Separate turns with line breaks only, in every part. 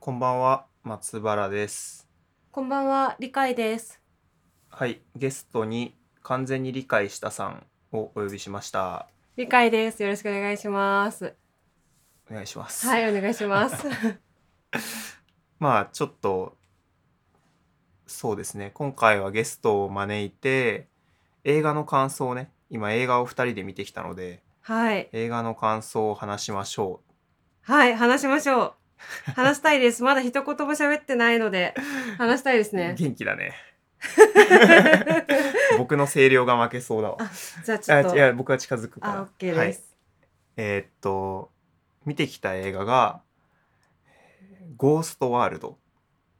こんばんは、松原です。
こんばんは、理解です。
はい、ゲストに完全に理解したさんをお呼びしました。
理解です。よろしくお願いします。
お願いします。
はい、お願いします。
まあちょっとそうですね今回はゲストを招いて映画の感想をね今映画を2人で見てきたので
はい、
映画の感想を話しましょ
はい、話しましょう。話したいです。まだ一言も喋ってないので、話したいです
う、
ね。
元気だね僕の声量が負けそうだわ
あ じゃあち
あ
ょっと
い、や僕は近づくから
あ、オッケー
は
で
い
す。
えーっと見てきた映画が「ゴーストワールド」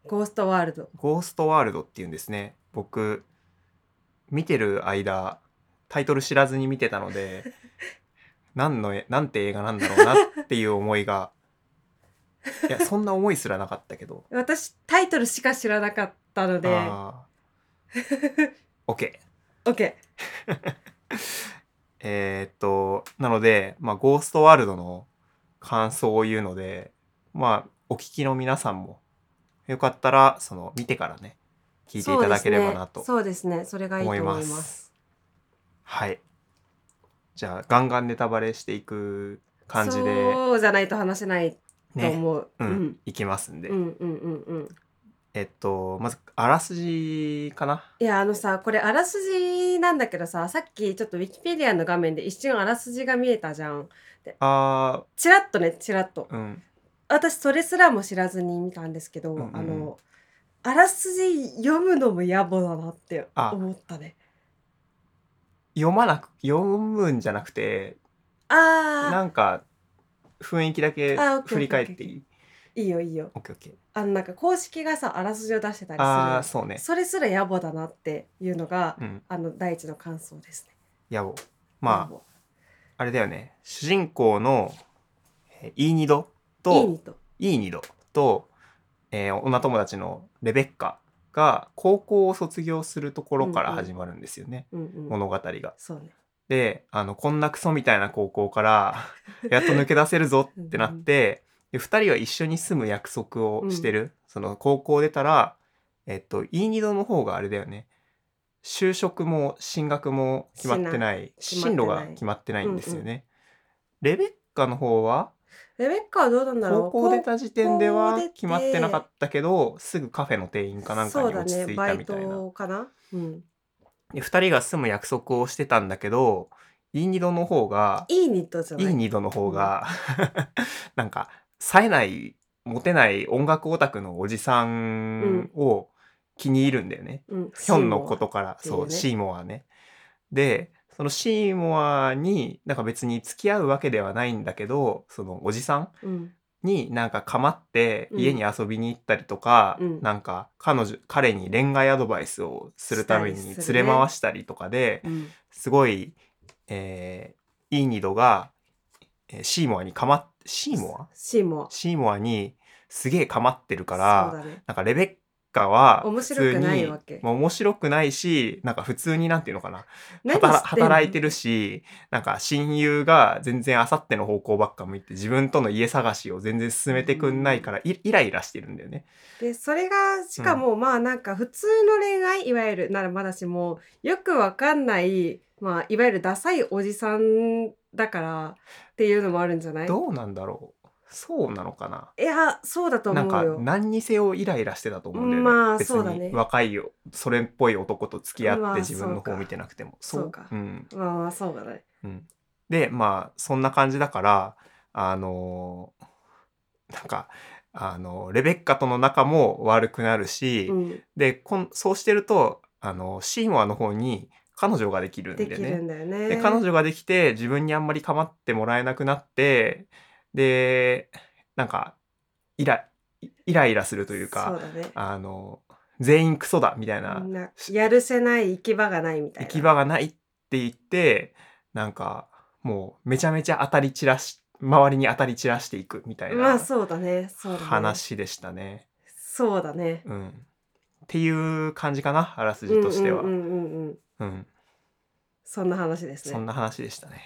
ゴーストワールド。
ゴーストワールドっていうんですね僕見てる間タイトル知らずに見てたので何のえなんて映画なんだろうなっていう思いがいやそんな思いすらなかったけど
私、タイトルしか知らなかったので、
あー OK
オッケ
えーっとなので、まあ、ゴーストワールドの感想を言うのでまあお聞きの皆さんもよかったらその見てからね聞
ー。
いていただければなと
そうですね。そうですねそれがいいと
思
思
い
いま。
ますす。はい。じゃあガンガンネタバレしていく感じで
そうじゃないと話せないと
ね、
思う。
う、
うんん、
いきますんで、
うん、うん、うん、うん。
えっとまずあらすじかな。
いやあのさこれあらすじなんだけどささっきちょっとウィキペディアの画面で一瞬あらすじが見えたじゃん
あ
チラッとねチラッと
ーうん
私それすらも知らずに見たんですけど、
うんうんうん
あのあらすじ読むのも野暮だなって
あ
思ったね
読まなく読むんじゃなくてな
あ
んか雰囲気だけ
あオッケーオッケーオ
振り返
ッケー
っていい。
ーいいよいいよ
オッケーオッケー。
あのなんか公式がさあらすじを出してたり
ああ
す
そう
る
ね。
それすら野暮だなっていうのが、
うん
あの第一の感想ですね
やぼ。ま
野
ああれだよね主人公のえーイーニド
暮
と
いいにと
イーニドと、えー女友達のレベッカが高校を卒業するところから始まるんですよね、
うんうん
物語が。
そうね
であのこんなクソみたいな高校から やっと抜け出せるぞってなってで2人は一緒に住む約束をしてる、その高校出たらえっとイーニドの方があれだよね就職も進学も決まってない
しな
進
い決
路
まってな
が
い
決まってないんですよね。レベッカの方は
レベッカはどうなんだろ
高
う
校出た時点で
高校
は
出て
決まってなかったけどすぐカフェの店員かなんかに落ち着いたみた
そうだ
い
ね、バイ
な、
トかな、うん、
で2人が住む約束をしてたんだけどイーニドの方が
いいニットじゃ
イ
ない
ーニドの方が なんか冴えないモテない音楽オタクのおじさんを気に入るんだよね、
うん、
ヒョンのことから
シーモ
そ
ア
う
っていうね
シーモアね。でそのシーモアになんか別に付き合うわけではないんだけどそのおじさん
うん
になんか構って
うん
家に遊びに行ったりとか、
うん
なんか彼女彼に恋愛アドバイスをするために
したりするね
連れ回したりとかで
うん
すごい、えーイーニドが、えーシーモアに構ってシーモア
シーモア
シーモアにすげえ構ってるから、
そうだね
なんかレベッカは
面
普
白
通
くない
に
わけ
まあ面白くないしなんか普通になんていうのかな
何
働
してんの
働いてるしなんか親友が全然あさっての方向ばっか向いて自分との家探しを全然進めてくんないからイイライラしてるんだよね。
でそれがしかも、まあなんか普通の恋愛いわゆるならまだしもよくわかんないまあいわゆるダサいおじさんだからっていうのもあるんじゃない
どうなんだろうそうなのかない
やそうだと思
なんか
うよ
何にせよイライラしてたと思うんだよね。
まあ
別
そうだね
に若いよそれっぽい男と付き合
ま
っ
あ
て自分の
そう
方
か
見てなくても。
そうか
ん
まあまあそうだね
うん、でまあそんな感じだからあのーなんかあのレベッカとの仲も悪くなるし。
うん
でこんそうしてるとあのシーモアの方に彼女ができるんで
で
ね
きるんだよね
で彼女ができて自分にあんまり構ってもらえなくなってでなんかイライイライラするという
そ
か
うだね
あの全員クソだみたいな
みんなやるせない行き場がないみたい
行
な
き場がないって言ってなんかもうめちゃめちゃ当たり散らし周りに当たり散らしていくみたい
まあ
な
そうだねそうだね
話でしたね。
そうだね
うん、っていう感じかなあらすじとしては。
うんうんうんうんうん
うん
そんな話です
そん
ね
な話でしたね。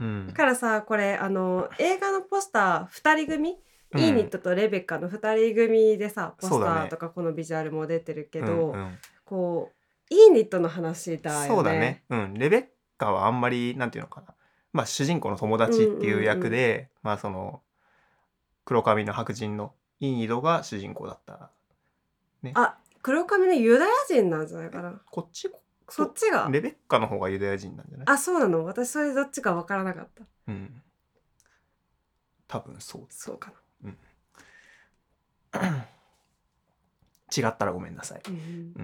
うん
だ。からさこれあの映画のポスター2人組
うん
イーニットとレベッカの2人組でさポスタ
そうだね
ーとかこのビジュアルも出てるけ
うん
ど、
うん
こうイーニットの話だよね。
そうだね、うん、レベッカはあんまりなんていうのかな、まあ、主人公の友達っていう役で、まあその黒髪の白人のインイドが主人公だった
あ黒髪のユダヤ人なんじゃないかな。
こっち
そっちが。
レベッカの方がユダヤ人なんじゃない
あそうなの私それどっちかわからなかった。
うん多分そう
そうかな。
違ったらごめんなさい、
うん
う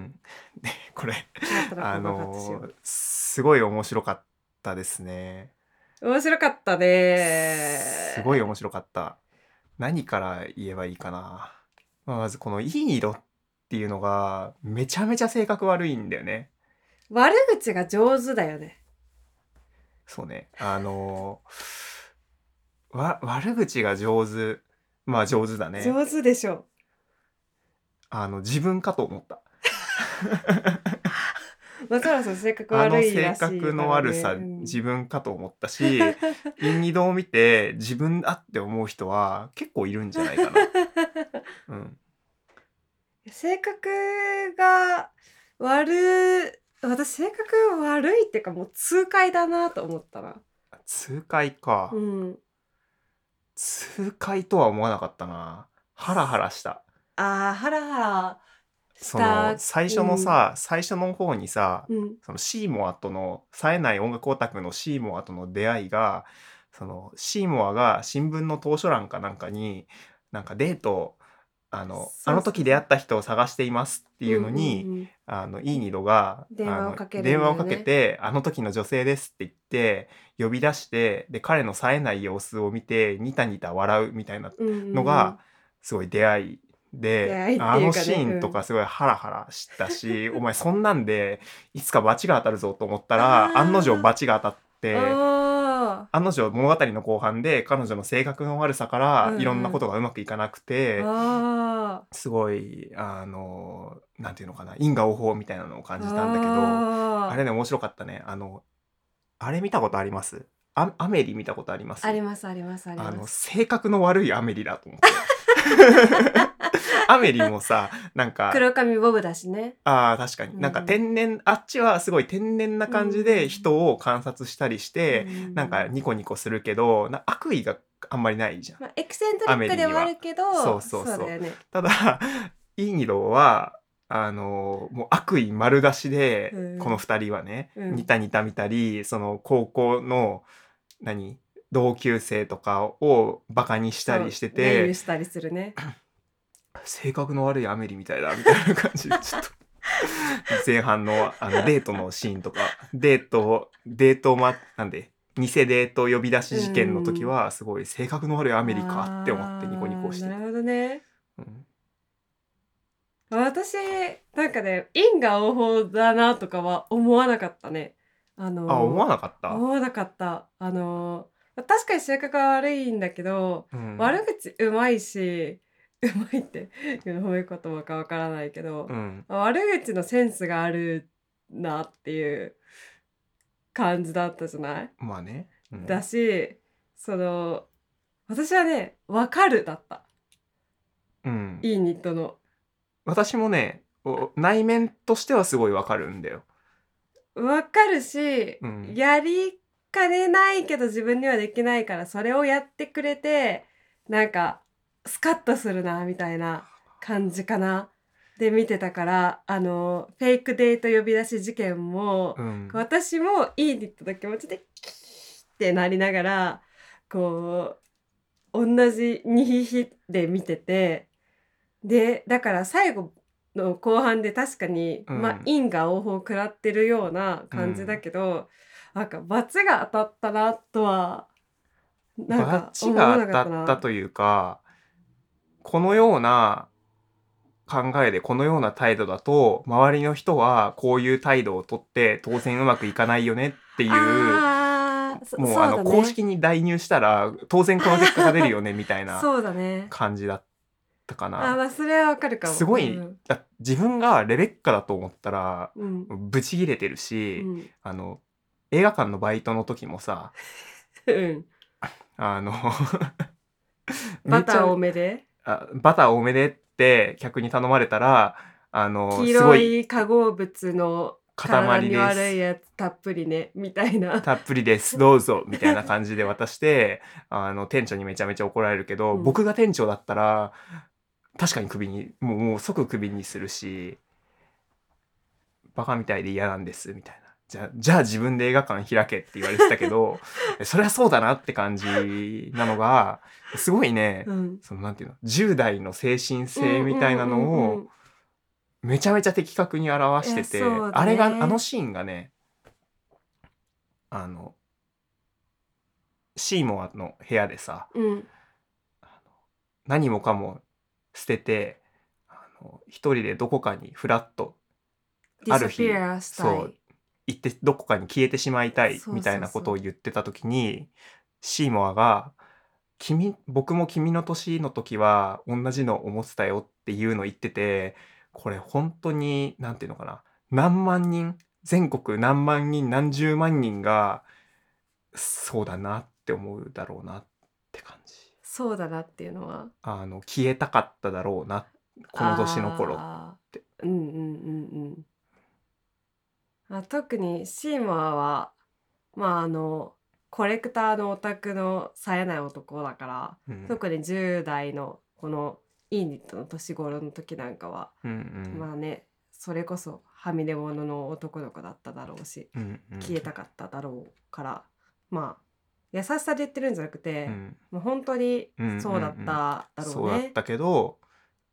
ん、でこれ
だったら
あ
こんな感じしよ
の
う
すごい面白かったですね、
面白かったね。
すごい面白かった何から言えばいいかな、まあ、まずこの「いい色」っていうのがめちゃめちゃ性格悪いんだよね
悪口が上手だよね。
そうねあのわ悪口が上手まあ上手だね
上手でしょ。
あの自分かと思った
松原さん性格
あの
悪い
性
らしいからね、
格の悪さ、
うん
自分かと思ったし陰二度を見て自分だって思う人は結構いるんじゃないかな、うん、
性格が悪私性格悪いっていうかもう痛快だなと思ったな。
痛快か、
うん。
痛快とは思わなかったなハラハラした
ああハラハラし
そ
た
の。最初のさ、最初の方にさ
うん。
そのシーモアとの冴えない音楽オタクのシーモアとの出会いがそのシーモアが新聞の投書欄かなんかになんかデートあ
そう
の
そう
あの時出会った人を探していますっていうのに、
うんうんうん
あのイーニドが
電話をかける
あの
んだよね
電話をかけて「あの時の女性です」って言って呼び出してで彼の冴えない様子を見てニタニタ笑うみたいな
うんうん
のがすごい出会いで、
出会いっていうか
あ
ね
のシーンとかすごいハラハラしたし、 お前そんなんでいつかバチが当たるぞと思った
あ
ら
ー
案の定バチが当たって
あ
案の定物語の後半で彼女の性格の悪さか
うん
ら
うん
いろんなことがうまくいかなくて、
ーあ
すごいあのなんていうのかな因果応報みたいなのを感じたんだけどあ
ど
れね面白かったねあのあれ見たことありますあアメリ見たことあります
ありますありますあり
あ
ま
の
す。
性格の悪いアメリだと思って アメリもさなんか
黒髪ボブだしね。
あー確かになん
う
か
ん
天然、あっちはすごい天然な感じ
うん
で人を観察したりして、
う
なんかニコニコするけどな悪意があんまりないじゃん。
まあ、エキセントリックではあるけど
そうそうそう
だよね、
ただ イーニロはあのもう悪意丸出しで、
うん
この2人はね、
うん
ニタニタ見たりその高校の何同級生とかをバカにしたりして
そう
て
揶揄。したりするね
性格の悪いアメリみたいだみたいな感じで ちょっと前半のあのデートのシーンとかデートデートまなんで偽デート呼び出し事件の時はすごい性格の悪いアメリかって思ってニコニコして
あー
た、
なるほどね
うん
私なんかね因果応報だなとかは思わなかったねあのー
あ思わなかった、
思わなかったあのー確かに性格は悪いんだけど、
うん
悪口うまいしうまいっていう褒め言葉かわからないけど、
うん
悪口のセンスがあるなっていう感じだったじゃない
まあね、うん
だしその私はね「わかる」だった
うん
いいニットの
私もねお内面としてはすごいわかるんだよ、
「わかるし、
うん
やりかねないけど自分にはできないからそれをやってくれてなんかスカッとするなみたいな感じかなで見てたからあのフェイクデート呼び出し事件も、
うん、
私もいいニットの気持ちでキーってなりながらこう同じニヒヒで見ててでだから最後の後半で確かに、
うん
まあ因果応報食らってるような感じだけど、なんか罰が当たったなとはなん
バ
か
チ
思わ
が
な
当
かった
た
な
ったというかこのような考えでこのような態度だと周りの人はこういう態度をとって当然うまくいかないよねっていう
あーそ
もう
そう
あ
だ
の
ね
公式に代入したら当然この結果が出るよねみたいな
そうだね
感じだったか
あー
な。
まあそれはわかるかも
すごい
うん
だ自分がレベッカだと思ったら
うん
ブチギレてる
う
し、
ん
あの映画館のバイトの時もさ
うん
あの
バター多めで
あバター多めでって客に頼まれたらあの
黄
す
色
ごい
い化合物の体
塊
に悪い
で
やつたっぷりねみたいな
すたっぷり ですどうぞみたいな感じで渡してあの店長にめちゃめちゃ怒られるけど、
うん
僕が店長だったら確かにクビにもうもう即クビにするしバカみたいで嫌なんですみたいな。じゃあじゃあ自分で映画館開けって言われてたけ どそりゃそうだなって感じなのがすごいね
うん
そのなんていうの10代の精神性みたいな
うんうんうん
のを
うん
めちゃめちゃ的確に表してて、
いやそうだね
あれがあのシーンがねあのシーモアの部屋でさ
うん
何もかも捨ててあの一人でどこかにフラッと
ディ
ある
ス
日
ピアした
そう
い
行ってどこかに消えてしまいたい
そうそうそう
みたいなことを言ってた時にシーモアが「君僕も君の年の時は同じの思ってたよ」っていうのを言っててこれ本当に何ていうのかな何万人全国何万人何十万人がそうだなって思うだろうなって感じ。
そうだなっていうのは
あの消えたかっただろうなこの年の頃
あーうんうんうんうんあ特にシーモアはまああのコレクターのオタクの冴えない男だから、
うん
特に10代のこのイーニットの年頃の時なんかは、
うんうん
まあねそれこそはみ出物の男の子だっただろうし
うんうん
消えたかっただろうから、まあ優しさで言ってるんじゃなくて、
うん
もう本当に
うんうんうん
そうだっただろうね。
そうだったけど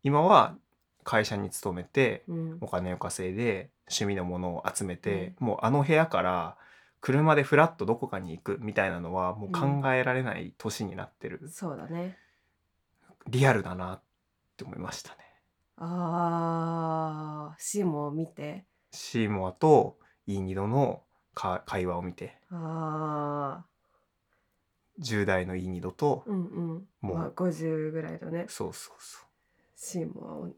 今は会社に勤めて
うん
お金を稼いで趣味のものを集めて、もうあの部屋から車でフラッとどこかに行くみたいなのはもう考えられない年になってる、
そうだね
リアルだなって思いましたね。
あーシーモンを見て
シーモアとイーニドのか会話を見て
あ
10代のイーニドと、
ーうんうん
もう
まあ50ぐらいのね
そうそうそう
シーモンを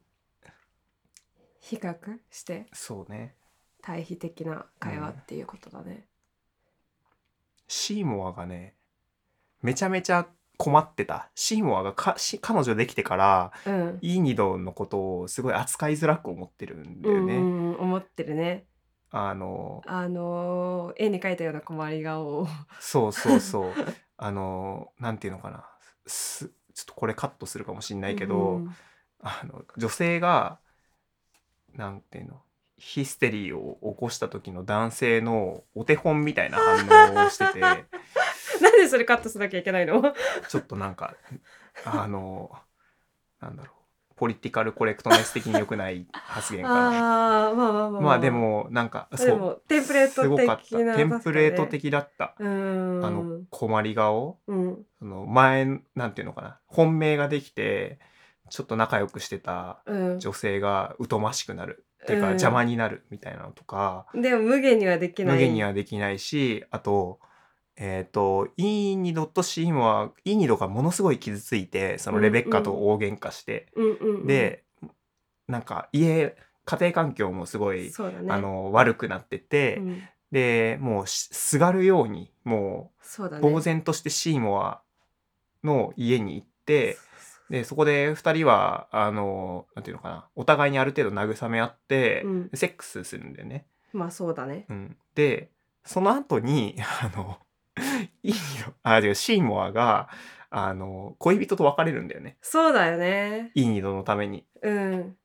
比較して
そうね
対比的な会話っていうこと だね、
シーモアがねめちゃめちゃ困ってたシーモアがかし彼女できてから
うん
イーニドのことをすごい扱いづらく思ってるんだよね。
うんうんうん思ってるね
あの
あのー絵に描いたような困り顔を
そうそうそう あのなんていうのかなすちょっとこれカットするかもしんないけど、
うん
あの女性がなんていうのヒステリーを起こした時の男性のお手本みたいな反応をしてて
なんでそれカットしなきゃいけないの
ちょっとなんかあのなんだろうポリティカルコレクトネス的に良くない発言かな。
あーまあまあまあまあ
まあでもなんか
でもテンプレート
すごかっ
的な
たテンプレート的だった、
うーん
あの困り顔
うん
その前なんていうのかな本命ができてちょっと仲良くしてた
うん
女性が疎ましくなる、っていう
うん
か邪魔になるみたいなのとか、
でも無限にはできない
無限にはできないしあとえっ、とイーニドとシーモアイーニドがものすごい傷ついてそのレベッカと大喧嘩して、
うんうんうん、
でなんか家家庭環境もすごい、
そうだね
あの悪くなってて、
うん
でもうしすがるようにも
そうだ
う
ね
呆然としてシーモアの家に行って、でそこで2人はあのなんていうのかなお互いにある程度慰め合って、
うん
セックスするんだよね。
まあそうだね
うん、でその後に あのいいよあ違うシーモアがあの恋人と別れるんだよね
そうだよね
イーニドのために。
うん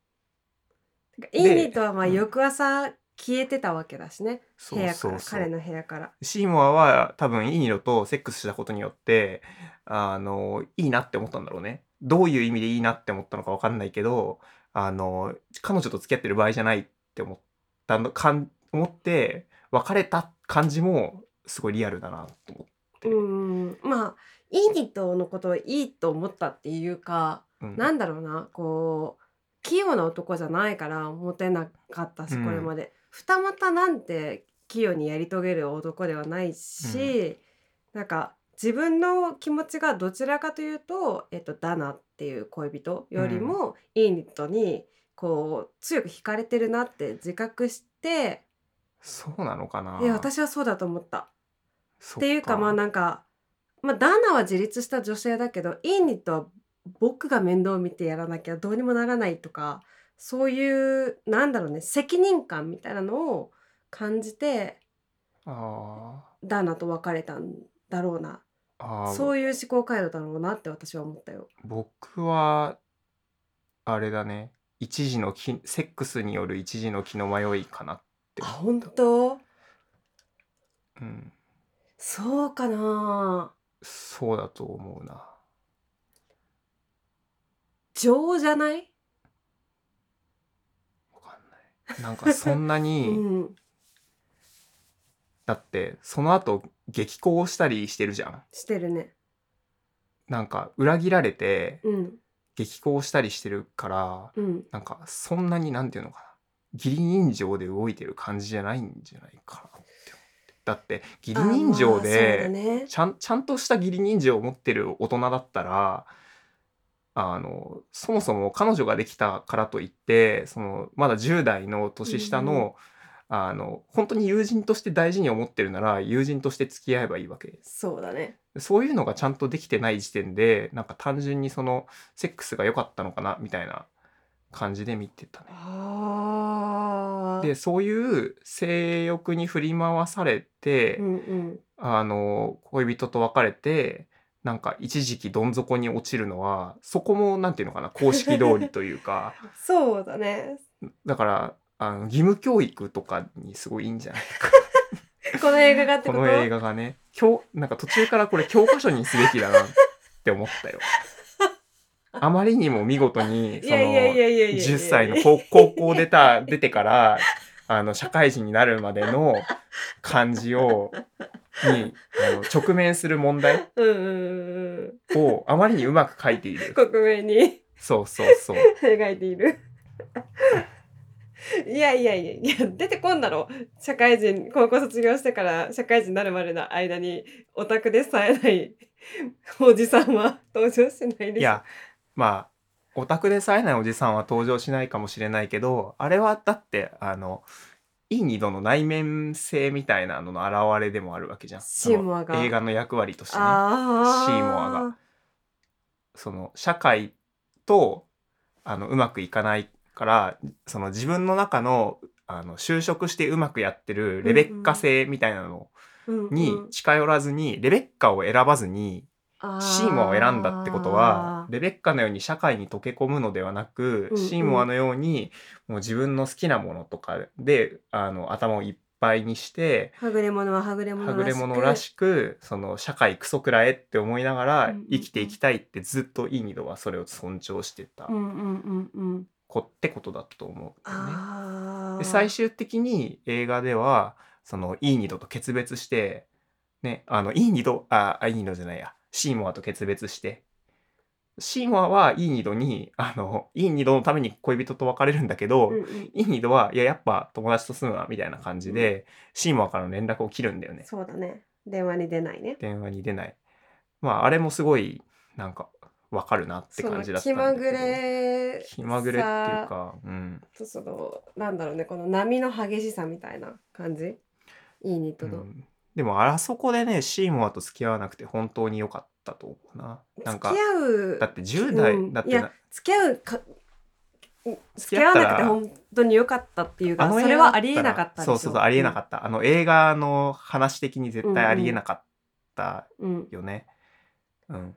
てかイ
で
ーニとはまあ
うん
翌朝消えてたわけだしね、
そう
部屋か
そ
ら
うそう
彼の部屋から
シーモアは多分イーニロとセックスしたことによってあのいいなって思ったんだろうねどういう意味でいいなって思ったのか分かんないけどあの彼女と付き合ってる場合じゃないって思ったのかん思って別れた感じもすごいリアルだなと思って、
うんまあイーニとのことをいいと思ったっていうか、
うん
なんだろうなこう器用な男じゃないからモテなかったし
うん
これまで、二股なんて器用にやり遂げる男ではないし、なんか自分の気持ちがどちらかというと、えっと、ダナっていう恋人よりも、イーニットにこう強く惹かれてるなって自覚して
そうなのかな
え私はそうだと思った。
っ
っていうかまあなんかまあ、ダーナは自立した女性だけどイーニとは僕が面倒を見てやらなきゃどうにもならないとかそういうなんだろうね責任感みたいなのを感じて
あ
ダーナと別れたんだろうな
ーあー
そういう思考回路だろうなって私は思ったよ。
僕はあれだね一時の気セックスによる一時の気の迷いかなって
あ本当
うん
そうかな
そうだと思うな
情じゃない、
わかんないなん かそんな
う
に、
ん、
だってその後激高したりしてるじゃん
してるね。
なんか裏切られて
うん
激高したりしてるから
うん、
なんかそんなになんていうのかな義理人情で動いてる感じじゃないんじゃないかなって思ってだって義理人情
あー
で
まあそうだね
ちゃんちゃんとした義理人情を持ってる大人だったらあのそもそも彼女ができたからといってそのまだ10代の年下の,、あの本当に友人として大事に思ってるなら友人として付き合えばいいわけです。
そうだね。
そういうのがちゃんとできてない時点でなんか単純にそのセックスが良かったのかなみたいな感じで見てたね。
ああ。
でそういう性欲に振り回されて、
うんうん。
あの恋人と別れてなんか一時期どん底に落ちるのはそこもなんていうのかな公式通りという か
そうだね。
だからあの義務教育とかにすごいいいんじゃない か
この映画がって
こ
こと。
の映画がね教なんか途中からこれ教科書にすべきだなって思ったよ。あまりにも見事に
い
その
やいやいやいやいやいや。
10歳の高高校出た出てからあの社会人になるまでの感じをにあの直面する問題
うんうんうん
をあまりにうまく書いてい
うん。
る
克明に
そうそうそう
描いている。いやいやいやいや出てこんだろ社会人高校卒業してから社会人になるまでの間にオタクでさえないおじさんは登場しないでしょ
いやまあオタクで冴えないおじさんは登場しないかもしれないけどあれはだってあのいい二度の内面性みたいなのの表れでもあるわけじゃんその
シーモアが
映画の役割としてね
あー
シーモアがその社会とあのうまくいかないからその自分の中のあの就職してうまくやってるレベッカ性みたいなの
うんうん
に近寄らずに、レベッカを選ばずにシーモアを選んだってことは
あー
レベッカのように社会に溶け込むのではなく、
うんうん
シーモアのようにもう自分の好きなものとかであの頭をいっぱいにして
はぐれ者ははぐれ者
はぐれ者ら
く
しくその社会クソくらえって思いながら
うんうん
生きていきたいってずっとイニドはそれを尊重してた
うんうんうんうん
子ってことだったと思うんだよね。
あ
で
あ
最終的に映画ではそのイーニドと決別してねあのイーニドああイーニドじゃないやシーモアと決別してシーモアはイーニドにあのイーニドのために恋人と別れるんだけど、
うんうん
イーニドはいややっぱ友達と住むわみたいな感じで、シーモアからの連絡を切るんだよね。
そうだね電話に出ないね
電話に出ないまああれもすごいなんかわかるなって感じだった
そ
ん
の気ま
だ
ぐ
けど
れ
気まぐれっていう
さ
かうん、
とそのなんだろうねこの波の激しさみたいな感じいいニット
う
の、
んでもあそこでねシーモアと付き合わなくて本当に良かったと思うななんか
付き合う
だって10代、
うん
だって
いや
な
付き合うか
付
付き合わなくて
ら
本当に良かったっていうかそ
映画
れ
だ
はありえなかったでし
そうそうそうありえなか
っ
った、あの映画の話的に絶対ありえなかった
た、うん
よねうん、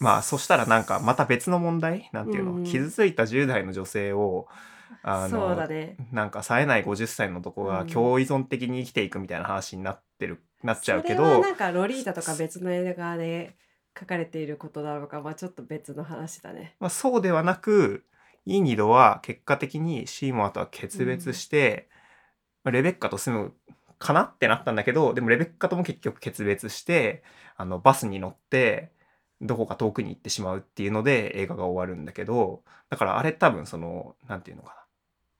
まあそしたらなんかまた別の問題なんていうの、
うん
傷ついた10代の女性をあの
そうだね
なんか冴えない50歳の男
う
が
ん
共依存的に生きていくみたいな話になってる、なっちゃうけ
それは
ど
なんかロリータとか別の映画で書かれていることだろうかまあちょっと別の話だね。
まあ、そうではなくイーニドは結果的にシーモアとは決別して、まあレベッカと住むかなってなったんだけどでもレベッカとも結局決別してあのバスに乗ってどこか遠くに行ってしまうっていうので映画が終わるんだけどだからあれ多分そのなんていうのかな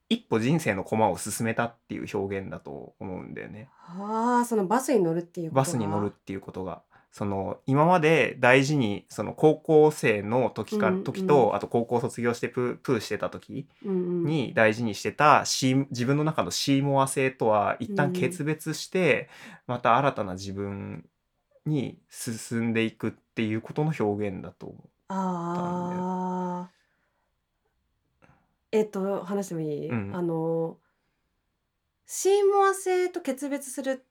一歩人生の駒を進めたっていう表現だと思うんだよね。
ああそのバスに乗るっていうこと
バ
が
スに乗るっていうことがその今まで大事にその高校生の時か、
うんうん
時とあと高校卒業してプープーしてた時
うんうん
に大事にしてたシー自分の中のシーモア性とは一旦決別して、また新たな自分に進んでいくっていうことの表現だと思
ああえっと話してもいい、
うん
あのシーモア性と決別する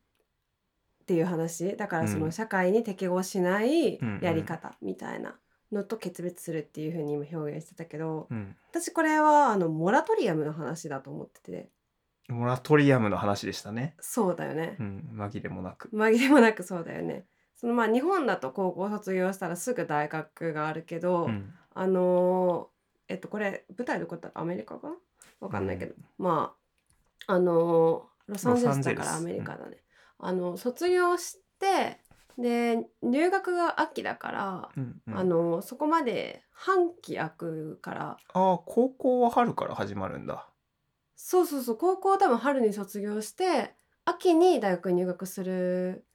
っていう話だから
う
そ
ん
の社会に適合しない
うんうん
やり方みたいなのと決別するっていうふうに今表現してたけど
う、うん、
私これはあのモラトリアムの話だと思ってて
モラトリアムの話でしたね、
そうだよね。
うん、紛れもなく、
紛れもなくそうだよね。そのまあ日本だと高校卒業したらすぐ大学があるけ
う
ど、
ん、
あのーえっとこれ舞台どこだったかアメリカかなわかんないけど、まああのーロサンゼルスだか
ロ
ら
サ
ア
ンゼ
メ
ルス
リカだね。あの卒業してで入学が秋だから、
うんうん
あのーそこまで半期開くから
ああ高校は春から始まるんだ
そうそうそう高校多分春に卒業して秋に大学に入学する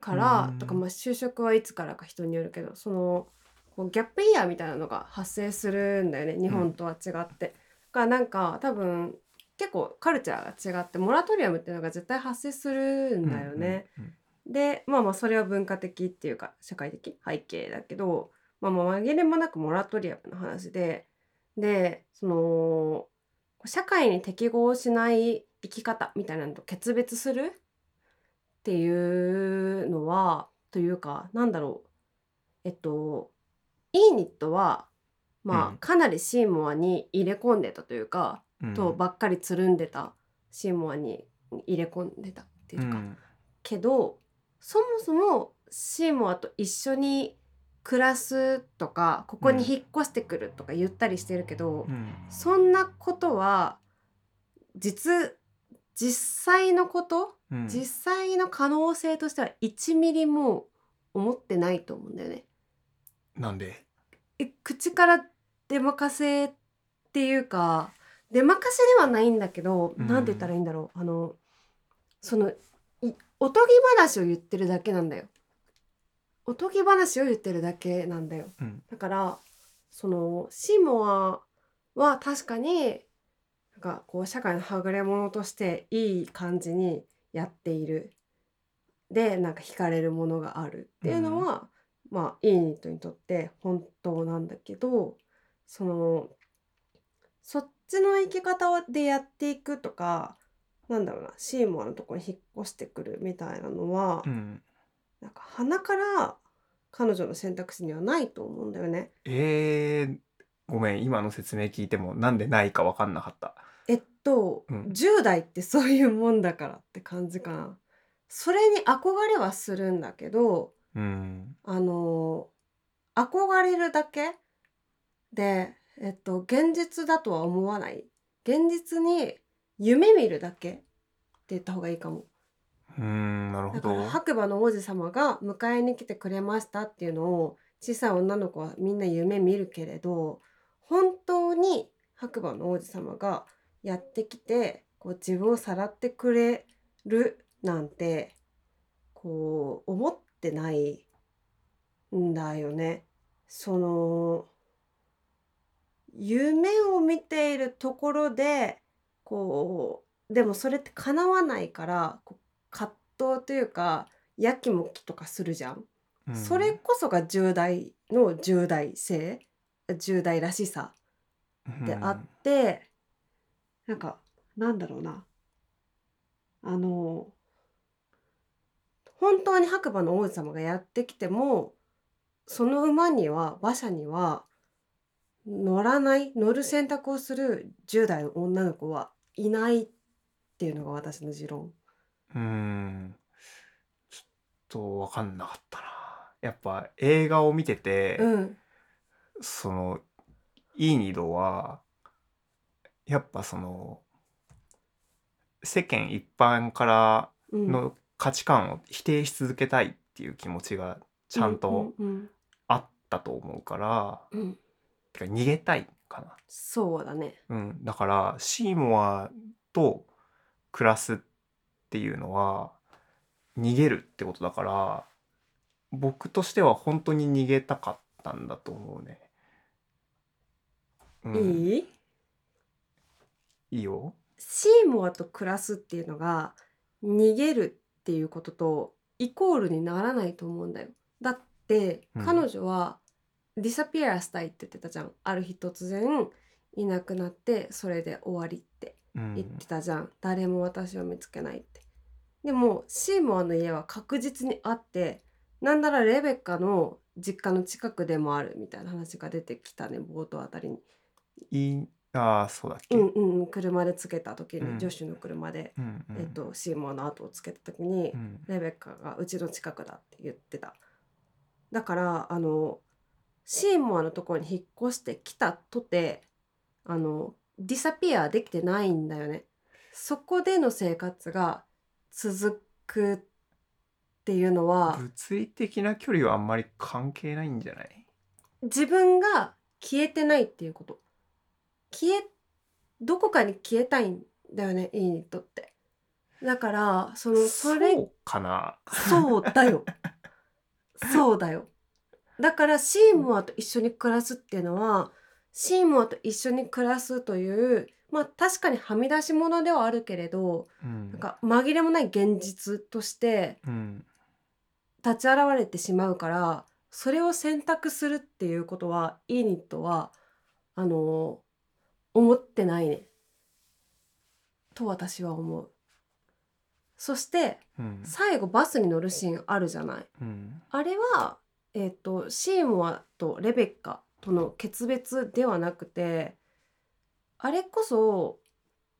から
うん
とか、まあ、就職はいつからか人によるけどそのこうギャップイヤーみたいなのが発生するんだよね日本とは違って。だからなんか多分結構カルチャーが違ってモラトリアムっていうのが絶対発生するんだよね。
うんうん
でまあまあそれは文化的っていうか社会的背景だけど、まあ、まあ紛れもなくモラトリアムの話ででその社会に適合しない生き方みたいなのと決別するっていうのはというかなんだろうえっとイーニットはまあ、
うん
かなりシーモアに入れ込んでたというか、
うん
とばっかりつるんでたシーモアに入れ込んでたっていう
う
か、
ん
けどそもそもシーモアと一緒に暮らすとかここに引っ越してくるとか言ったりしてるけど、
うん
そんなことは実実際のこと、
うん
実際の可能性としては1ミリも思ってないと思うんだよね。
なんで
え口から出まかせっていうか出まかしではないんだけど、
うん
なんて言ったらいいんだろうあのそのいおとぎ話を言ってるだけなんだよおとぎ話を言ってるだけなんだよ
うん
だからそのシモアは確かになんかこう社会のはぐれ者としていい感じにやっているでなんか惹かれるものがあるっていうのは、まあイーニットにとって本当なんだけどそのそっちの生き方でやっていくとかなんだろうなシーモアのとこに引っ越してくるみたいなのは、
うん
なんか鼻から彼女の選択肢にはないと思うんだよね。
えー、ごめん今の説明聞いてもなんでないか分かんなかった
えっと、
うん
10代ってそういうもんだからって感じかな。それに憧れはするんだけど
うん
あの憧れるだけで、えっと、現実だとは思わない現実に夢見るだけって言った方がいいかも。
うーんなるほ
だか
ど
ら白馬の王子様が迎えに来てくれましたっていうのを小さい女の子はみんな夢見るけれど本当に白馬の王子様がやってきてこう自分をさらってくれるなんてこう思ってないんだよね。その夢を見ているところでこうでもそれって叶わないからこう葛藤というかやきもきとかするじゃん、
うん
それこそが10代の10代性10代らしさであって、なんかなんだろうなあの本当に白馬の王子様がやってきてもその馬には馬車には乗らない乗る選択をする10代の女の子はいないっていうのが私の持論。
うんうんちょっと分かんなかったなやっぱ映画を見てて、
うん
そのイーニドはやっぱその世間一般から
うん、
の価値観を否定し続けたいっていう気持ちがちゃんと
うんうん
あったと思うから、
うんうん
てか逃げたいかな
そうだね
うん、だからシーモアと暮らすっていうのは逃げるってことだから僕としては本当に逃げたかったんだと思うね。うん、い
いい
いよ。
シーモアと暮らすっていうのが逃げるっていうこととイコールにならないと思うんだよだって
うん
彼女はディサピアしたいって言ってたじゃんある日突然いなくなってそれで終わりって
うん
言ってたじゃん、誰も私を見つけないってでもシーモアの家は確実にあってなんならレベッカの実家の近くでもあるみたいな話が出てきたね冒頭あたりに
いいああそうだっけ、
うんうんうん車でつけた時に、
うん
助手の車で、
うんうん
えっと、シーモアの後をつけた時に、
うん
レベッカがうちの近くだって言ってただからあのシーモアのところに引っ越してきたとてあのディサピアできてないんだよねそこでの生活が続くっていうのは
物理的な距離はあんまり関係ないんじゃない
自分が消えてないっていうこと消えどこかに消えたいんだよねいいにとってだからそのそれ
そうかな
そうだよ。そうだよ。だからシーモアと一緒に暮らすっていうのはシーモアと一緒に暮らすというまあ確かにはみ出し物ではあるけれど
うん
なんか紛れもない現実として
うん
立ち現れてしまうからそれを選択するっていうことはイーニットはあの思ってないね。と私は思う。そして
うん
最後バスに乗るシーンあるじゃない。
うん
あれは、えっとシーモアとレベッカとの決別ではなくてあれこそ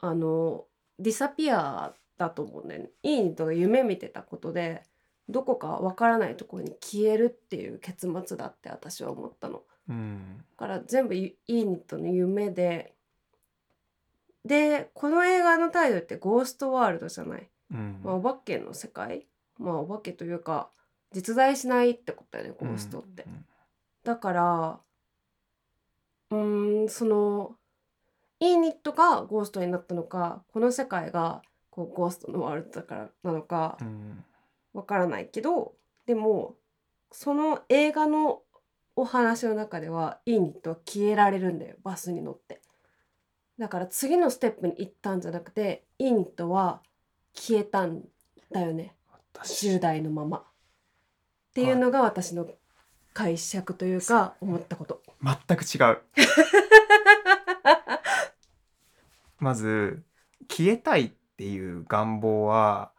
あのディサピアだと思うんだよね。イーニとが夢見てたことでどこかわからないところに消えるっていう結末だって私は思ったの。
うん
だから全部イイーニットの夢ででこの映画のタイトルって「ゴーストワールド」じゃない。
うん
まあ、お化けの世界まあお化けというか実在しないってことだよねゴーストって。
うん
だからうーんそのイーニットがゴーストになったのかこの世界がこうゴーストのワールドだからなのか
うん
わからないけどでもその映画のお話の中ではイーニットは消えられるんだよバスに乗って。だから次のステップに行ったんじゃなくてイーニットは消えたんだよね。10
私
代のままっていうのが私の解釈というか思ったこと。
全く違う まず消えたいっていう願望は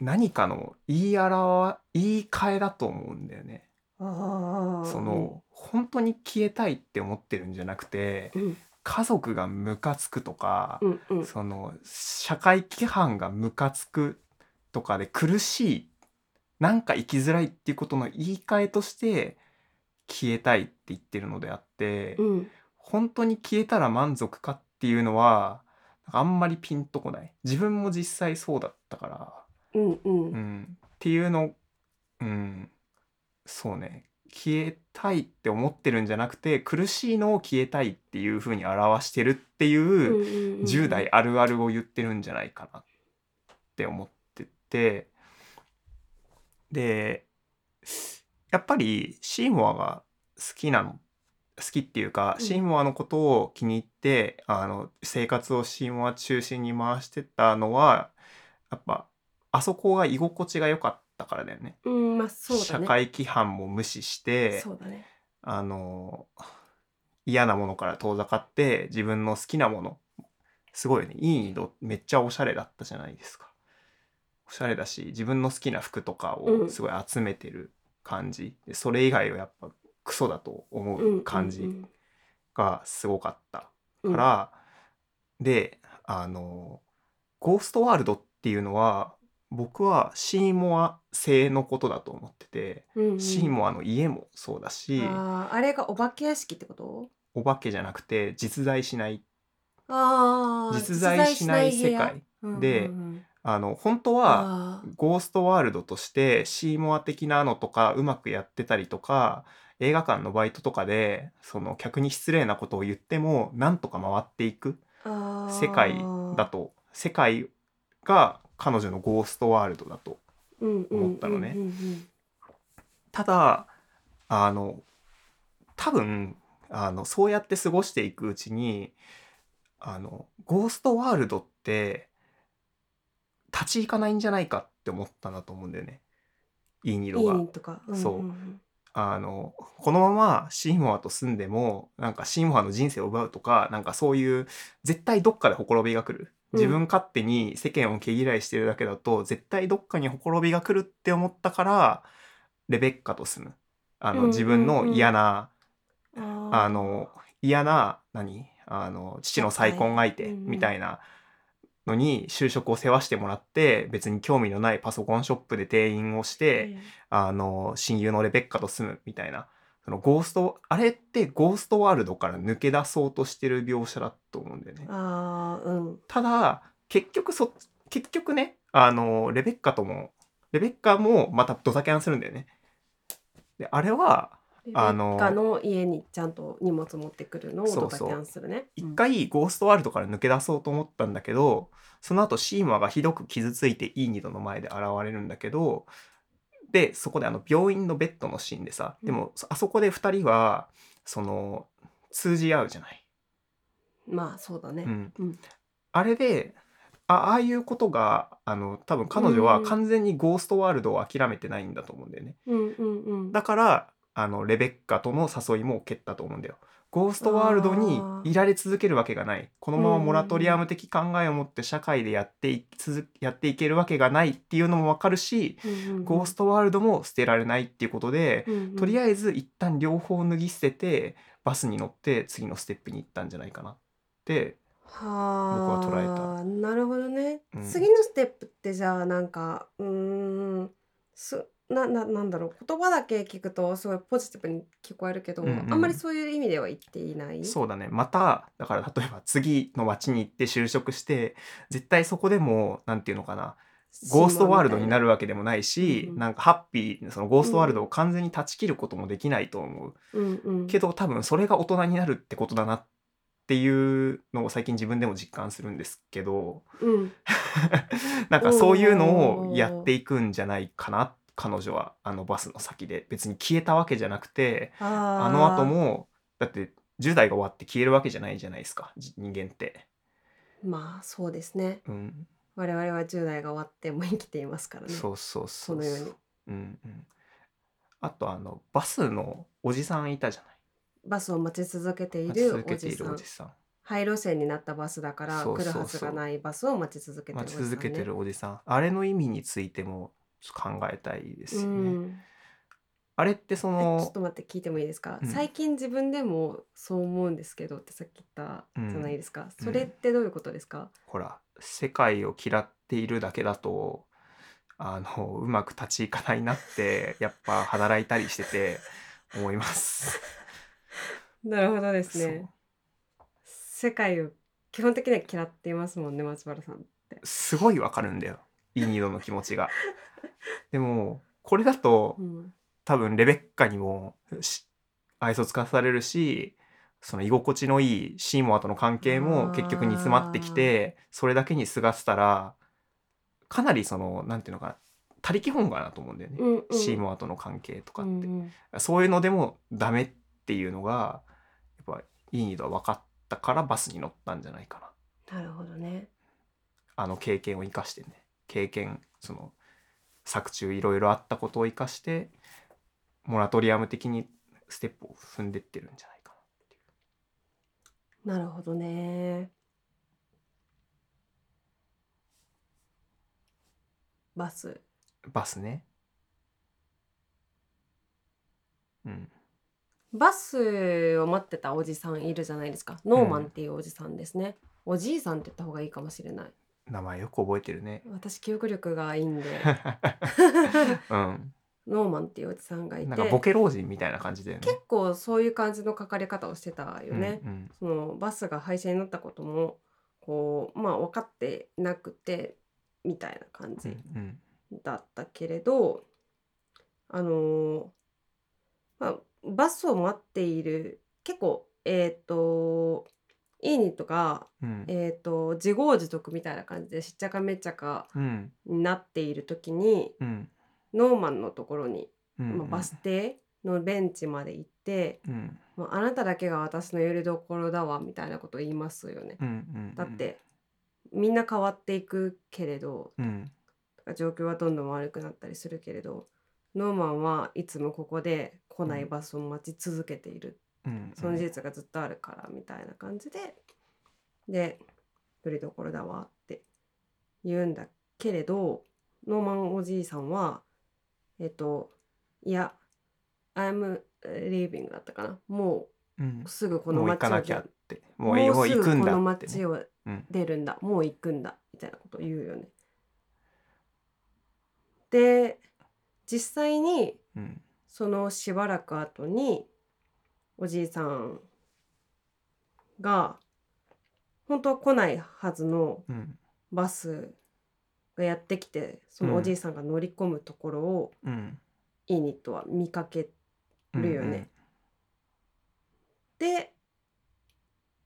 何かの言い表言い換えだと思うんだよねそ
そ
の本当に消えたいって思ってるんじゃなくて
うん
家族がムカつくとか
うんうん
その社会規範がムカつくとかで苦しいなんか生きづらいっていうことの言い換えとして消えたいって言ってるのであって、
うん
本当に消えたら満足かっていうのはなんかあんまりピンとこない自分も実際そうだったから、
うんう
うんん、っていうの、うん、そうね消えたいって思ってるんじゃなくて苦しいのを消えたいっていうふうに表してるっていう。
うん
10代あるあるを言ってるんじゃないかなって思っててでやっぱりシーモアが好きなの好きっていうか、
うん
シーモアのことを気に入ってあの生活をシーモア中心に回してたのはやっぱあそこが居心地が良かったからだよね
うんまあそうだ
社
ね。
会規範も無視して
そうだね。
あの 嫌なものから遠ざかって自分の好きなものすごいよねいい色めっちゃおしゃれだったじゃないですかおしゃれだし自分の好きな服とか
う
を
ん
すごい集めてる感じ、でそれ以外をやっぱクソだと思う感じがすごかった
か
から、であのゴーストワールドっていうのは僕はシーモア製のことだと思ってて、シー
モ
モアの家もそうだし、
あーあれがお化け屋敷ってこと？
お化けじゃなくて実在しない
ああ
実在しない世界であの本当は
は
ゴーストワールドとしてシーモア的なのとかうまくやってたりとか映画館のバイトとかでその客に失礼なことを言ってもなんとか回っていく世界だと世界が彼女のゴーストワールドだと
と思
思ったのねただあの多分あのそうやって過ごしていくうちにあのゴーストワールドって立ち行かないんじゃないかって思ったなと思うんだよね。いいニ
い
ド
い
が。
ねとか、
そうんあのこのままシーモアと住んでもなんかシーモアの人生を奪うとかなんかそういう絶対どっかでほころびが来る
うん
自分勝手に世間を毛嫌いしてるだけだと、絶対どっかにほころびが来るって思ったからレベッカと住むあ
うんうん
の
うん
自分の嫌な、
うん
あの嫌な何あの父の再婚相手
うんうん
みたいなのに就職を世話してもらって別に興味のないパソコンショップで店員をして。
え
あの親友のレベッカと住むみたいなそのゴーストあれってゴーストワールドから抜け出そうとしてる描写だと思うんだよね
え。あーうん
ただ結局そ結局ねあのレベッカともレベッカもまたドタキャンするんだよね。であれはあの
レベッカの家にちゃんと荷物持ってくるのを
そ
ド
う
タ
そう
キャンするね
一回ゴーストワールドから抜け出そうと思ったんだけどその後シーマがひどく傷ついてイーニドの前で現れるんだけどでそこであの病院のベッドのシーンでさでもあそこで2人はその通じ合うじゃない。
うんまあそうだね、
うん
うん
あれであああいうことがあの多分彼女は完全にゴーストワールドを諦めてないんだと思うんだよね。
うんうんうん
だからあのレベッカとの誘いも蹴ったと思うんだよ。ゴーストワールドにいられ続けるわけがないこのままモラトリアム的考えを持って社会でやってい続やっていけるわけがないっていうのもわかるし、ゴーストワールドも捨てられないっていうことで、
ト、うんうん
とりあえず一旦両方脱ぎ捨ててバスに乗って次のステップに行ったんじゃないかなって
は
僕は捉
あなるほどね、
うん
次のステップってじゃあなんかうーんすなななんだろう言葉だけ聞くとすごいポジティブに聞こえるけど、
うんうん
あんまりそういう意味では言っていない
そうだねまただから例えば次の町に行って就職して絶対そこでも何て言うのかなゴーストワールドにな
る
るわけでもないし、
うんうん
なんかハッピーそのゴーストワールドを完全に断ち切ることもできないと思う、
うんうん
けど多分それが大人になるってことだなっていうのを最近自分でも実感するんですけど
うん
なんかそういうのをやっていくんじゃないかな彼女はあのバスの先で別に消えたわけじゃなくて
あ
あ
あ
の後もだって10代が終わって消えるわけじゃないじゃないですかじ人間って。
まあそうですね
うん、
我々は10代が終わっても生きていますからね
そうそうそう
この世に
うんうん、あとあのバスのおじさんいたじゃ
バスを待ち続けてい
ない
る
続
お
けて
じ
い
さ
るお
ん
じさん
廃路線になったバスだから
そうそうそう
来るはずがないバスを待ち続けてるおじ
待
さ
ち
ん、ね、
続けてるおじさんあれの意味についてもちょっと考えたいですよね、
うん
あれってそ
えちょっ
の
と待って聞いてもいいですか、
うん
最近自分でもそう思うんですけどってさっき言ったじゃないですか、
うん
それってどういうことですか、
ほら世界を嫌っているだけだとあのうまく立ち行かないなってやっぱ働いたりしてて思います。
なるほどです
そう
ね世界を基本的には嫌っていますもんね松原さん
すごいわかるんだよイニドの気持ちが。でもこれだと
うん
多分レベッカにもし愛想つかされるしその居心地のいいシーモアとの関係も結局煮詰まってきてそれだけにすがってたらかなりそのなんていうのかな他力本願だと思うんだよね、
うんうん
シーモアとの関係とかって、
うんうん
そういうのでもダメっていうのがやっぱいいニードは分かったからバスに乗ったんじゃないかな
なるほどね
あの経験を生かしてね経験その作中いろいろあったことを生かしてモラトリアム的にステップを踏んでってるんじゃないか
なるほどねバス
なバスねうん
バスを待ってたおじさんいるじゃないですかノーマンっていうおじさんですね、おじいさんって言った方がいいかもしれない
名前よく覚えてるね
私記憶力がいいんで
うん
ノーマンっていうおじさんがいて
なんかボケ老人みたいな感じだよね
結構そういう感じの書かれ方をしてたよね、
うんうん
そのバスが廃車になったこともこうまあ分かってなくてみたいな感
う
じ
んうん
だったけれど、あのーまあ、バスを待っている結構えっ、とイーニとか、
うん
えー、と自業自得みたいな感じでしっちゃかめっちゃか
うん
になっている時に
うん
ノーマンのところに、
うん
まあ、バス停のベンチまで行って、
うん
まあ、あなただけが私のよりどころだわみたいなことを言いますよね。
うんうん
だってみんな変わっていくけれど
うん
状況はどんどん悪くなったりするけれどノーマンはいつもここで来ないバスを待ち続けている、
うん
その事実がずっとあるからみたいな感じででよりどころだわって言うんだけれどノーマンおじいさんはえっといや I'm leaving だったかなも
うん
うすぐこの
もう行
街
か
を
なきゃってもうもう行くん
もうすぐこの
だって、
街
ね
を
うん
出るんだもう行くんだみたいなことを言うよね。で実際に
うん
そのしばらく後におじいさんが本当は来ないはずの
うん
バスがやってきてそのおじいさんが乗り込むところを
うん
イーニットは見かけ
うん
るよねて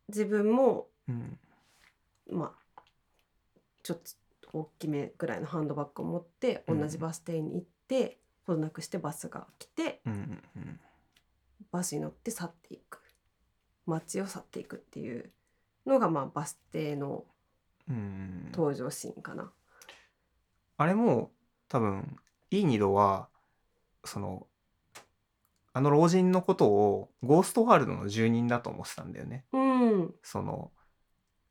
自分も
うん
まあちょっと大きめぐらいのハンドバッグを持って
う
同
ん
じバス停に行ってほどなくしてバスが来て
うんうんうん
バスに乗って去っていく街を去っていくっていうのがまあバス停の
うん
登場シーンかな。
あれも多分イーニドはそのあの老人のことをゴーストワールドの住人だと思ってたんだよね。
うん、
その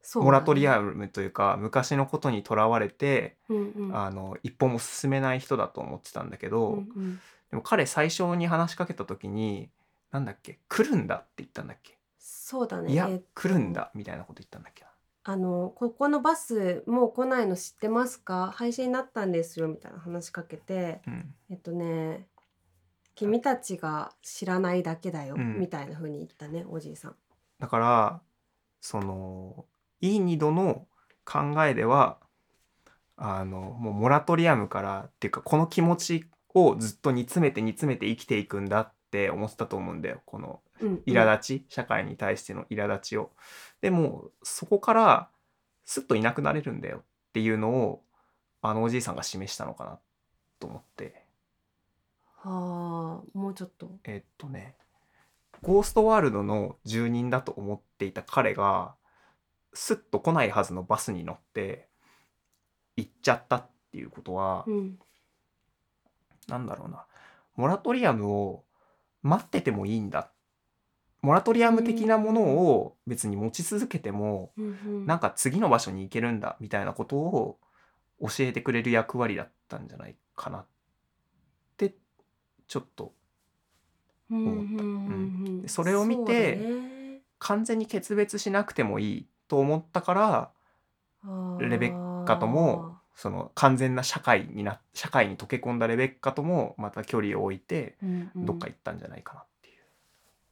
そうだね
モラトリアムというか昔のことにとらわれて、
うんうん
あの一歩も進めない人だと思ってたんだけど、
うんうん
でも彼最初に話しかけた時になんだっけ来るんだって言ったんだっけ、
そうだね。
いや
えっと
来るんだみたいなこと言ったんだっけな
あのここのバスもう来ないの知ってますか廃止になったんですよみたいな話しかけて
うん
えっとね君たちが知らないだけだよ、
うん
みたいな風に言ったねおじいさん。
だからそのイーニドの考えではあのもうモラトリアムからっていうかこの気持ちをずっと煮詰めて煮詰めて生きていくんだって思ってたと思うんだよこの
うん
苛立ち、社会に対しての苛立ちを。でもそこからすっといなくなれるんだよっていうのをあのおじいさんが示したのかなと思って
はあもうちょっと。
えっとねゴーストワールドの住人だと思っていた彼がすっと来ないはずのバスに乗って行っちゃったっていうことは、
うん
なんだろうなモラトリアムを待っててもいいんだモラトリアム的なものを別に持ち続けても、
うんうん
なんか次の場所に行けるんだみたいなことを教えてくれる役割だったんじゃないかなってちょっと思った
思
でそれを見て完全に決別しなくてもいいと思ったからレベッカともその完全な社会にな社会に溶け込んだレベッカともまた距離を置いてどっか行ったんじゃないかなってい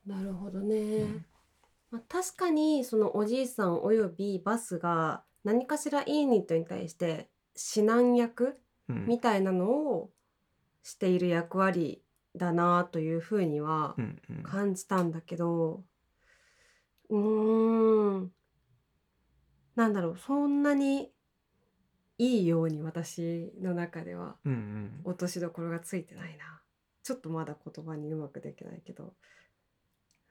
う。
なるほどね、
ん
まあ、確かにそのおじいさんおよびバスが何かしらイーニットに対して指南役
うん
みたいなのをしている役割だなというふうには
うんうん
感じたんだけどうーんなんだろうそんなにいいように私の中では
うんうん
落としどころがついてないなちょっとまだ言葉にうまくできないけど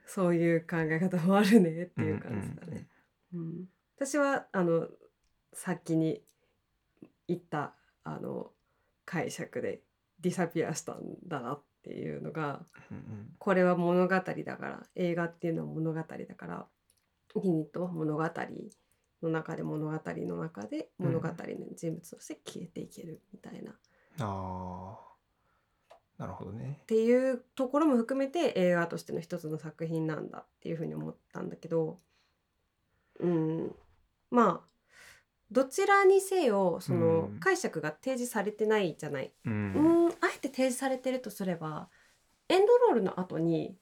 そういう考え方もあるねっていう感じだね。うん私はあの先に言ったあの解釈でディサピアしたんだなっていうのが
うんうん
これは物語だから映画っていうのは物語だからユニットは物語の中で物語の中で
うん
物語の人物として消えていけるみたいな、っ
あーなるほどね。
ていうところも含めて映画としての一つの作品なんだっていうふうに思ったんだけどうんまあどちらにせよその
うん
解釈が提示されてないじゃない
うん
うーんあえて提示されてるとすればエンドロールの後にえっ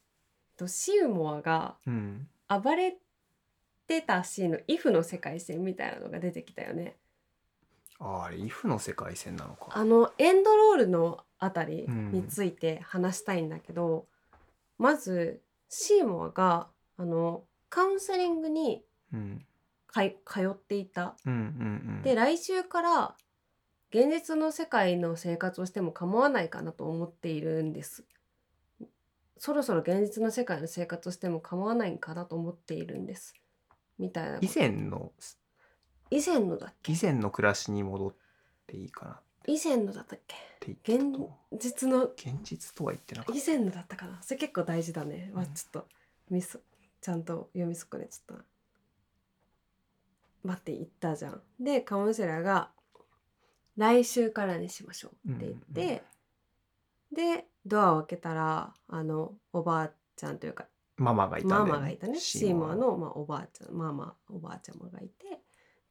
とシウモアが
うん
暴れてたシーンの「イフの世界線みたいなのが出てきたよね
あーあれイフの世界線なのか。
あのエンドロールのあたり
うん
について話したいんだけど、まずシーモアがあのカウンセリングに
うん
かい通っていた
うんうんうん
で来週から現実の世界の生活をしても構わないかなと思っているんですそろそろ現実の世界の生活をしても構わないかなと思っているんですみたいなこと
以前の
以前のだっけ
以前の暮らしに戻っていいかなっ
以前のだったっけ
て言って
現
たと
実の
現実とは言ってなかっ
以前のだったかなそれ結構大事だね、まあ
うん
ちょっとミスちゃんと読み損ねちゃった待って言ったじゃんでカウンセラーが「来週からにしましょう」って言って、でドアを開けたらあのおばあちゃんというか
たママがいたんだ
マ
よね
マがいたねシーモアの、まあ、おばあちゃんママおばあちゃまがいて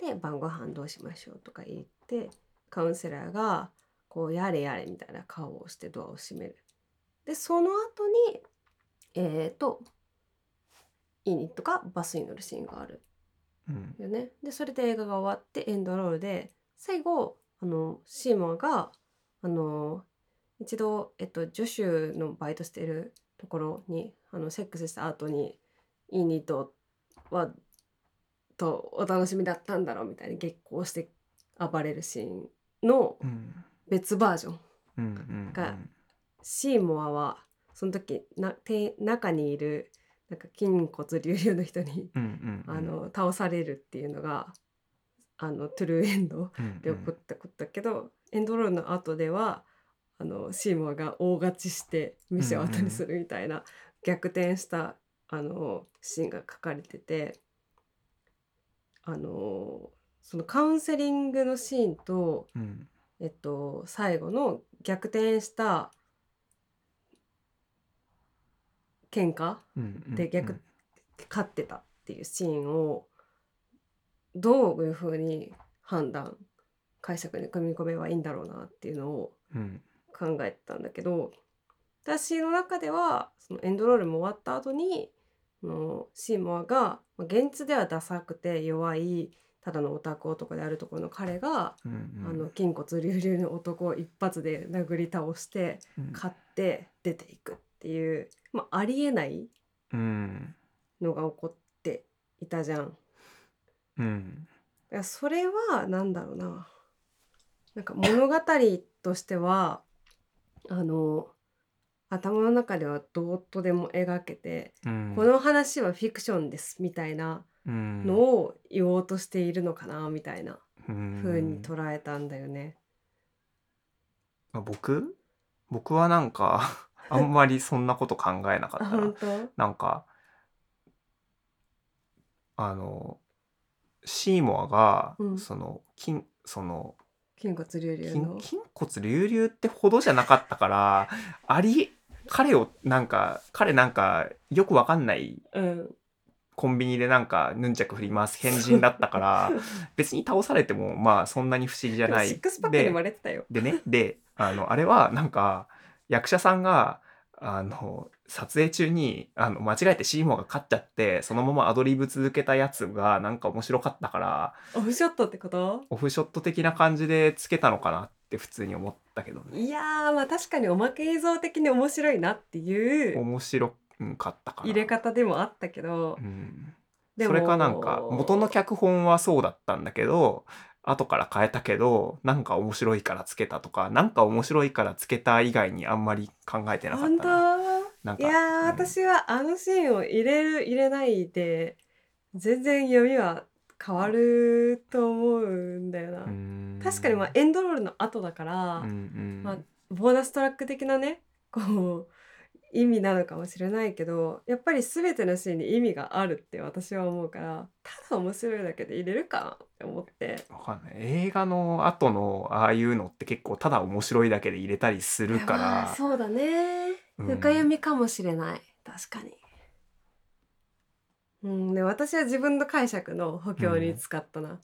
で晩ご飯どうしましょうとか言ってカウンセラーがこうやれやれみたいな顔をしてドアを閉めるでその後にえっ、とイニットがバスに乗るシーンがある
うん
よねでそれで映画が終わってエンドロールで最後あのシーモアがあの一度、えっと、ジョシュのバイトしてるところにあのセックスした後にイーニーとはとお楽しみだったんだろうみたいに激高して暴れるシーンの
うん
別バージョン
うんうんう
が
ん
シーモアはその時なて中にいるなんか筋骨隆々の人に
うんうんうん
あの倒されるっていうのがあのトゥルーエンド
うんうん
で起こったことだけど、エンドロールの後ではあのシーモアが大勝ちして店を後にするみたいな逆転したあのシーンが書かれててあのそのカウンセリングのシーンと、
うん
えっと、最後の逆転した喧嘩
うんうん
で逆勝ってたっていうシーンをどういうふうに判断解釈に組み込めばいいんだろうなっていうのを
うん
考えてたんだけど私の中ではそのエンドロールも終わった後にそのシーモアがまあ現実ではダサくて弱いただのオタク男であるところの彼が、
うんうん
あの筋骨隆々の男を一発で殴り倒して
うん
勝って出ていくっていう、まあ、ありえない
うん
のが起こっていたじゃん。だか
うん
らそれは何だろうな。なんか物語としてはあの頭の中ではどうとでも描けて、
うん
この話はフィクションですみたいなのを言おうとしているのかなみたいな
うん
風に捉えたんだよね。
まあ僕僕はなん かあんまりそんなこと考えなか
あ
ったな
本当
なんかあのシーモアが、
うん
その筋その
筋骨隆
筋
々の。
筋骨隆々ってほどじゃなかったからあり彼をなんか彼なんかよくわかんない
うん、
コンビニでなんかヌンチャク振ります変人だったから 別に倒されてもまあそんなに不思議じゃ
でも
ない。
シックスパック
で
に割れてたよ。
でね、で、あの、あれはなんか、役者さんが、あの、撮影中に、あの、間違えてシーモアが勝っちゃって、そのままアドリブ続けたやつが、なんか面白かったから、
オフショットってこと
オフショット的な感じでつけたのかなって普通に思ったけどね。
いやーまあ確かにおまけ映像的に面白いなっていう
面白かったから。
入れ方でもあったけど、
うん。
で
そ
も
れかなんか、元の脚本はそうだったんだけど、後から変えたけど、なんか面白いからつけたとか、なんか面白いからつけた以外にあんまり考えてなかった
本
な。
当
なん
い
か
やー、
うん
私はあのシーンを入れる入れないで全然読みは変わると思うんだよな、確
確
かにまあエンドロールの後だから、
うんうん
まあボーナストラック的なねこう意味なのかもしれないけどやっぱり全てのシーンに意味があるって私は思うからただ面白いだけで入れるかなって思って
わかんない映画の後のああいうのって結構ただ面白いだけで入れたりするか
まあ
ら
そうだね
うん
深読みかもしれない、確かにうんで私は自分の解釈の補強に使ったな、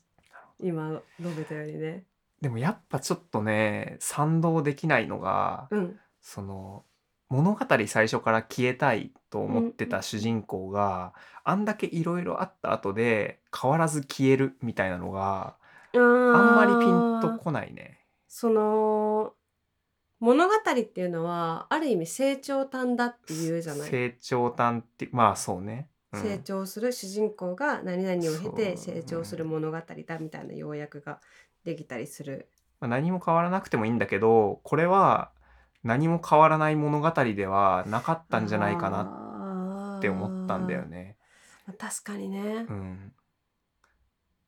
今述べたようにね
でもやっぱちょっとね賛同できないのが、
うん
その物語最初から消えたいと思ってた主人公が、あんだけいろいろあった後で変わらず消えるみたいなのが
あ
あんまりピ
ん
ンとこないね。
その物語っていうのはある意味成長端だっていうじゃない
成長端ってまあそうね。うん
成長する主人公が何々を経て
そう
成長する物語だみたいな要約ができたりする。
まあ、何も変わらなくてもいいんだけどこれは何も変わらない物語ではなかったんじゃないかな
な
って思ったんだよ。ね。
確かにね
う。ん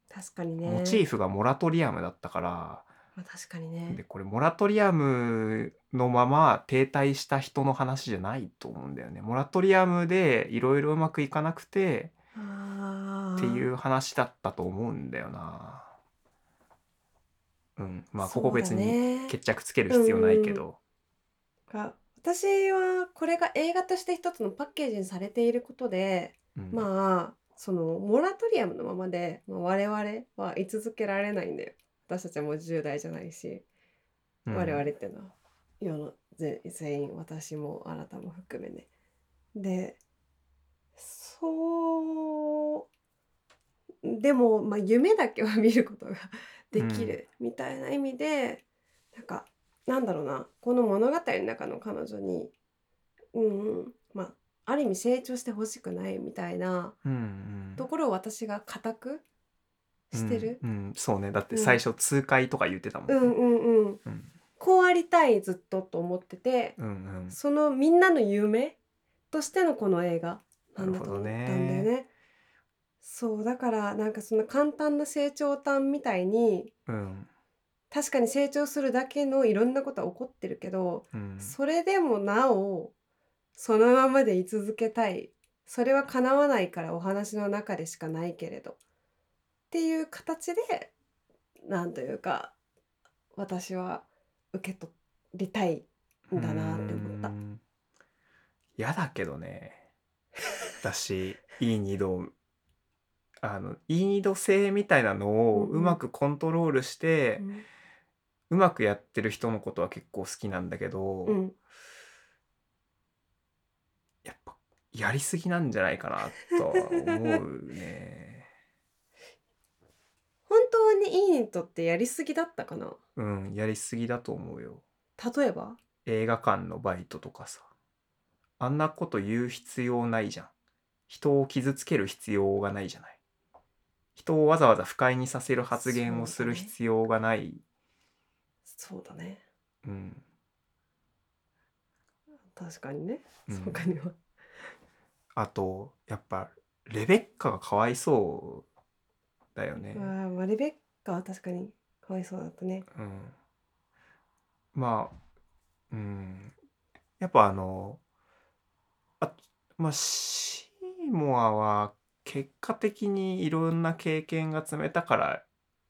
確かにね。
モチーフがモラトリアムだったから
まあ、確かにね
でこれモラトリアムのまま停滞した人の話じゃないと思うんだよね。モラトリアムでいろいろうまくいかなくて
っ
っていう話だったと思うんだよな。うん、まあここ別に決着つける必要ないけど、
が私はこれが映画として一つのパッケージにされていることで、
うん
まあそのモラトリアムのままで、まあ、我々は居続けられないんだよ私たちはもう10代じゃないし、
うん
我々っていうのは世の全全員私もあなたも含めねでそうでも、まあ、夢だけは見ることができるみたいな意味で、なんかなんだろうなこの物語の中の彼女にうんうんまあある意味成長してほしくないみたいな
うん
ところを私が固く
うん、
してる、
うん、うんそうねだって最初痛快とか言ってたもん、
うん、うんうん
うん
こうありたいずっとと思ってて
うんうん
そのみんなの夢としてのこの映画なんだと思ったんだよ
なる
ね
ほど
そうだからなんかその簡単な成長譚みたいに
うん
確かに成長するだけのいろんなことは起こってるけど、
うん
それでもなおそのままで居続けたいそれは叶わないからお話の中でしかないけれどっていう形でなんというか私は受け取りたいんだなって思った
う。ん嫌だけどね私いい二度あのいい二度性みたいなのを
うんう
う
ん
まくコントロールして、
う
うんまくやってる人のことは結構好きなんだけど、
うん
やっぱやりすぎなんじゃないかなとは思うね
本当にいいニットってやりすぎだったかな
うんやりすぎだと思うよ
例えば
映画館のバイトとかさあんなこと言う必要ないじゃん人を傷つける必要がないじゃない人をわざわざ不快にさせる発言をする必要がない
そうだね
うん
確かにね、
うん
そうかには
あとやっぱレベッカがかわいそうだよね、
あーまあレベッカは確かにかわいそうだったね
うん、まあうんやっぱあのあまあシーモアは結果的にいろんな経験が積めたから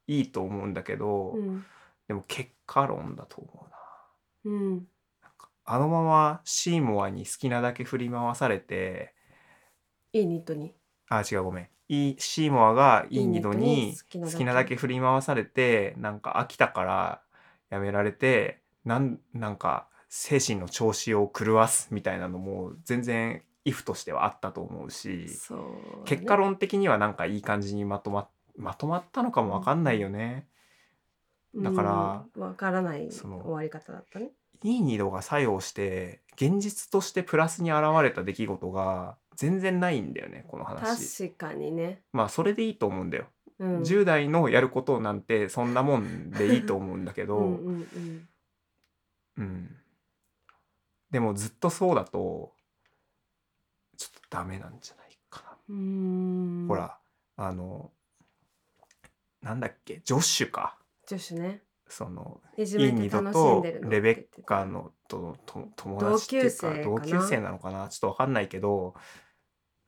いいと思うんだけど、
うん
でも結果論だと思うな。
うん
あのままシーモアに好きなだけ振り回されて
いいニットに
あ違うごめんいいシーモアがインギド
インギ
に
ドに
好
好
き
き
な
な
だ
だ
け
け
振り回されてなんか飽きたからやめられてなんなんか精神の調子を狂わすみたいなのも全然イフとしてはあったと思うし、
そうだね
結果論的にはなんかいい感じにまとままとまったのかもわかんないよね。だから
うんわ、からない
そ
終
の
わり方だったね。
いい二度が作用して現実としてプラスに現れた出来事が全然ないんだよねこの話。
確かにね。
まあそれでいいと思うんだよ。
うん、
10代のやることなんてそんなもんでいいと思うんだけど、
うんうんうん
うんでもずっとそうだとちょっとダメなんじゃないかな。
うーん。
ほ。らあのなんだっけジョッシュか
女子ね。
その
いじ
イ
め
ン
て
ニド
楽し
と
んでるの
レベッカ
って
のとと友達っていうか同
同級生かな
級生なのかなちょっとわかんないけど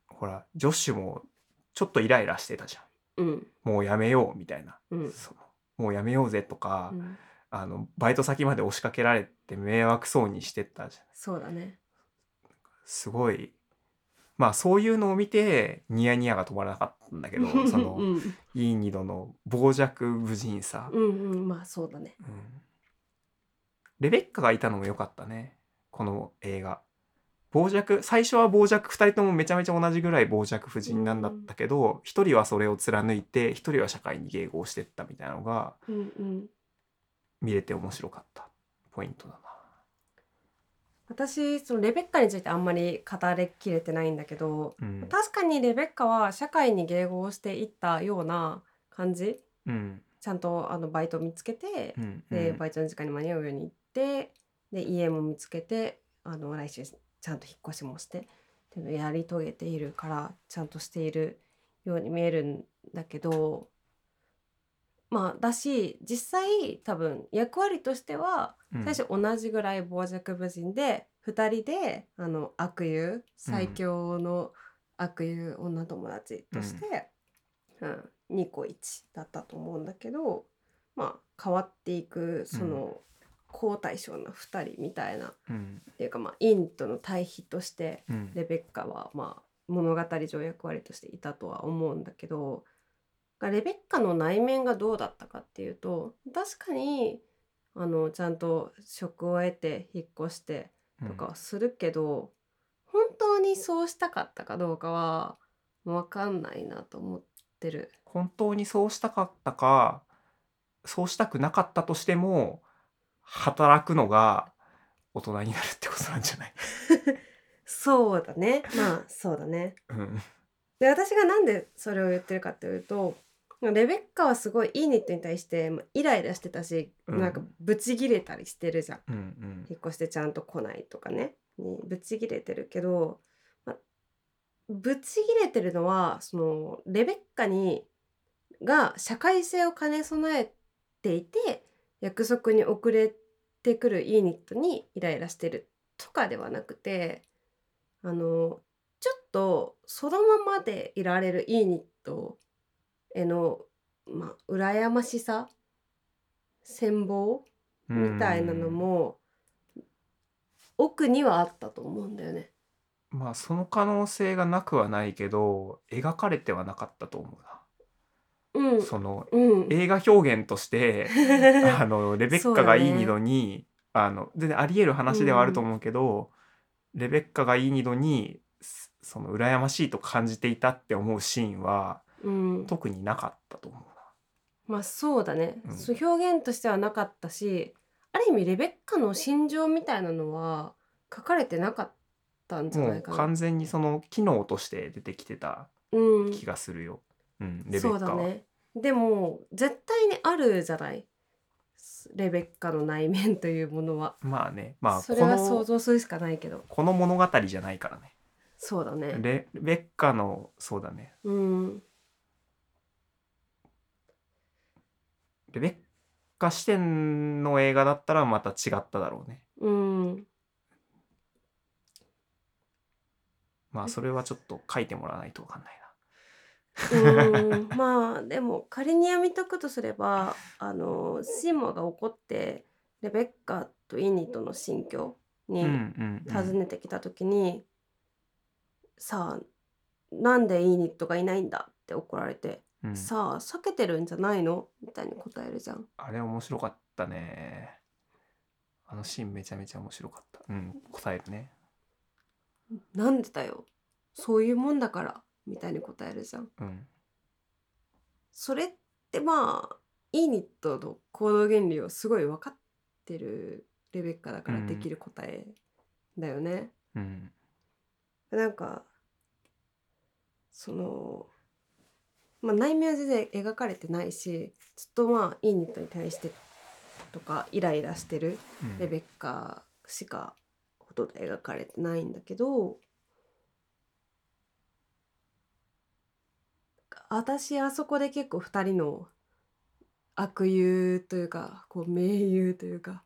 ほらジョッシュもちょっとイライラしてたじゃ
言って
んもうやめようみたいな、
た。うんうん
そのもうやめようぜとか、
うん。
あのバイト先まで押しかけられて迷惑そうにしてたじゃん
そうだね。
すごいまあそういうのを見てニヤニヤが止まらなかったんだけどそ
うん
の
うん
いい二度の傍若無人さ、
うんうんまあそうだね。
うんレベッカがいたのも良かったねこの映画傍若最初は傍若2人ともめちゃめちゃ同じぐらい傍若無人なんだったけど一、人はそれを貫いて一人は社会に迎合してったみたいなのが
うんうん。
見れて面白かったポイントだ
私そのレベッカについてあんまり語りきれてないんだけど、
な。うん
確かにレベッカは社会に迎合していったような感じ。
うん
ちゃんとあのバイトを見つけて
うん
で、
うん
バイトの時間に間に合うように行ってで家も見つけてあの来週ちゃんと引っ越しもしてっていうのをやり遂げているからちゃんとしているように見えるんだけどまあだし実際多分役割としては
うん
最初同じぐらい傍若無人で2人であの悪友最強の悪友女友達として、うん2個1だったと思うんだけどまあ変わっていくその好対象な2人みたいな、っ
うん
ていうかまあインとの対比として
うん
レベッカはまあ物語上役割としていたとは思うんだけどレベッカの内面がどうだったかっていうと確かにあのちゃんと職を得て引っ越してとかはするけど、本当にそうしたかったかどうかは分かんないなと思ってる。
本当にそうしたかったかそうしたくなかったとしても働くのが大人になるってことなんじゃない、
そうだねまあそうだね。
うん
で私がなんでそれを言ってるかっていうとレベッカはすごいいいニットに対してまあイライラしてたし、
うん
なんかブチギレたりしてるじゃん
うんうん、
引っ越してちゃんと来ないとかねにブチギレてるけど、まあ、ブチギレてるのはそのレベッカにが社会性を兼ね備えていて約束に遅れてくるイーニットにイライラしてるとかではなくてあのちょっとそのままでいられるイーニットへのまあ羨ましさ羨望みたいなのも奥にはあったと思うんだよね。
うんまあその可能性がなくはないけど描かれてはなかったと思うな、
うん、
その
うん、
映画表現としてあのレベッカがいいニドに、あの全然あり得る話ではあると思うけど、レベッカがいいニドにすその羨ましいと感じていたって思うシーンは
うん、
特になかったと思う
まあそうだね、
うん
そう表現としてはなかったしある意味レベッカの心情みたいなのは書かれてなかったんじゃ
な。
な
もう
いかな。
完全にその機能として出てきてた
うん、
気がするよ。うん、レベ
そう
ッカ
だ
は。
ね。でも絶対にあるじゃないレベッカの内面というものは。
まあね、まあ
そ
こ
れは想
の
像するしかないけど
この物語じゃないからね。
そうだね。
レレベッカのそうだね。
うん、
レベッカ視点の映画だったらまた違っただろうね。
うん
まあそれはちょっと書いてもらわないとわかんないな。
うーんまあでも仮に読み解くとすればあのシモが怒ってレベッカとイニとの心境に
うんうん、
訪ねてきた時に、さあなんでイニットがいないんだって怒られて、
うん、
さあ避けてるんじゃないのみたいに答えるじゃん。
あれ面白かったね。あのシーンめちゃめちゃ面白かった。うん、答えるね。
なんでだよそういうもんだからみたいに答えるじゃん。
うん。
それってまあイーニットの行動原理をすごい分かってるレベッカだからできる答えだよね。
うん。
なんかその、まあ、内面は全然描かれてないしずっとまあイーニットに対してとかイライラしてる
うん
レベッカしかほとんど描かれてないんだけど私あそこで結構2人の悪友というかこう盟友というか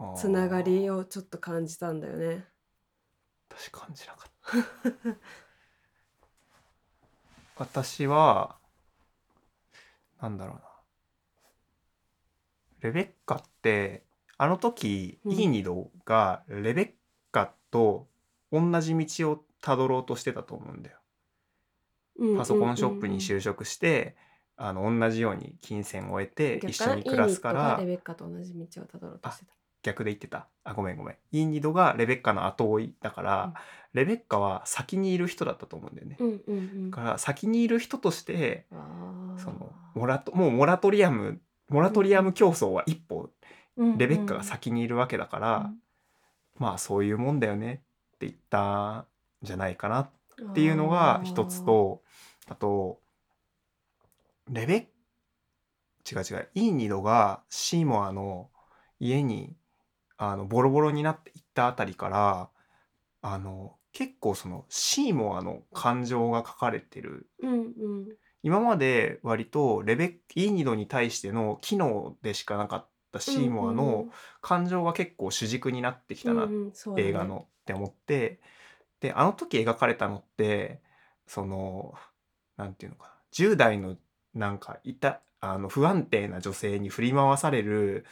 あー
つながりをちょっと感じたんだよね。
私感じなかった私はなんだろうなレベッカってあの時、
うん
イーニドがレベッカと同じ道をたどろうとしてたと思うんだよ。パソコンショップに
入
就職して、あの同じように金銭を得て一緒に暮らすから
レベッカと同じ道をたどろうとしてた。
逆で言ってたあごめんごめんイーニドがレベッカの後追いだから、レベッカは先にいる人だったと思うんだよね、
うんうんうん
だから先にいる人として
あー
そのモラトもうモラトリアムモラトリアム競争は一歩レベッカが先にいるわけだから、まあそういうもんだよねって言ったんじゃないかなっていうのが一つ、とあとレベッ違う違うイーニドがシーモアの家にあのボロボロになっていったあたりからあの結構そのシーモアの感情が書かれてる
うんうん、
今まで割とレベイーニドに対しての機能でしかなかったシーモア
うんうんう
の
ん
感情が結構主軸になってきたな、
うんうんそうだね
映画のって思ってであの時描かれたのってそのなんていうのかな10代のなんかいたあの不安定な女性に振り回される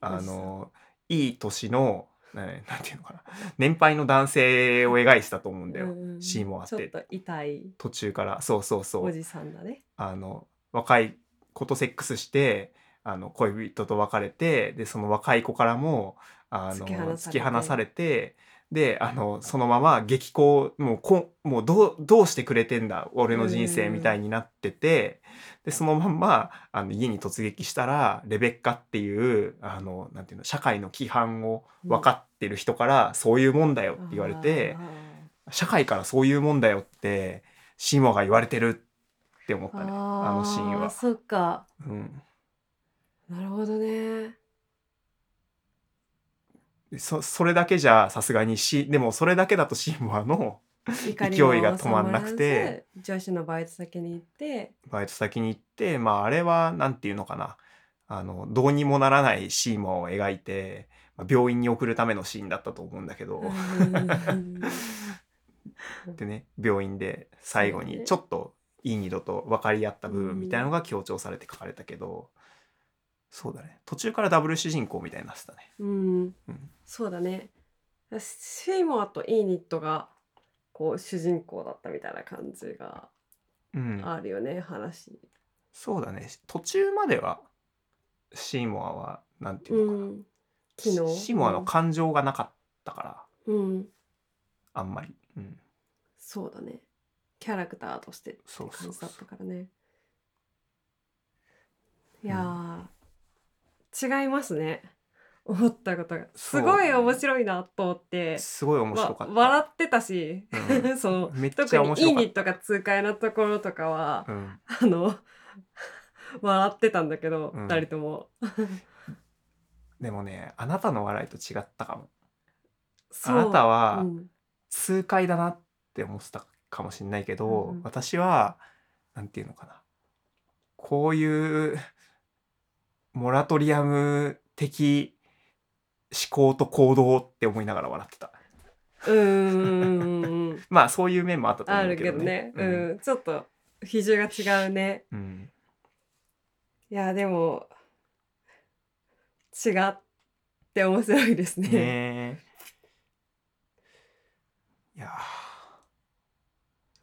あのいい年のななんていうのかな年配の男性を描いてたと思うんだよ、
うんうん
シーモアって
ちょっと痛い
途中からそうそうそう
おじさんだね
あの若い子とセックスしてあの恋人と別れてでその若い子からもあの
突き放されて
突き放されてであのそのまま激高もうこもうどうどうしてくれてんだ俺の人生みたいになっててでそのまんまあの家に突撃したらレベッカっていうあのなんていうの社会の規範を分かってる人から「そういうもんだよ」って言われて。社会からそういうもんだよってシーモアが言われてるって思っ
あ
た
ー
ねあのシーン
あ
は。
そっか
うん、
なるほど ね
そそれだけじゃさすがにしでもそれだけだとシーモアの
怒りも
勢いが止まんなくて
収まらず上司のバイト先に行って
バイト先に行ってまああれは何て言うのかなあのどうにもならないシーモアを描いてまあ病院に送るためのシーンだったと思うんだけど、
うん
でね病院で最後
そう
に
ね
ちょっといい二度と分かり合った部分みたいのが強調されて書かれたけど、そうだね途中からダブル主人公みたいになってたね。
うん
うん
そうだねシェイモアとイーニットがこう主人公だったみたいな感じが
うん、
あるよね、話に
そうだね途中まではシーモアはなんていううのかな、
ん昨日
シシーモアの感情がなかったから
うん
あんまり、うん、
そうだねキャラクターとしてって
そうそ
感
う
じ
そ
だ
う
ったからねいやー、違いますね思ったことがすごい面白いなと思って、
すごい面白
わ
かった、
笑ってたし、
う
その
めっち
特
ゃ
に
面
いい
白か
ニッ
っ
トが痛快なところとかは、
た、うん、
あの笑ってたんだけど、
うん
二人とも
でもねあなたの笑いと違ったかも
そ
あ
う
なたは
うん
痛快だなって思ってたかもしれないけど、
うんうん
私はなんていうのかなこういうモラトリアム的思考と行動って思いながら笑ってた
うー ん
まあそういう面もあったと
あ
思う
る
け
け
ど
ど
ね
ね、うんちょっと比重が違うね
うんうん
いやでも違って面白いですね
ねえ いや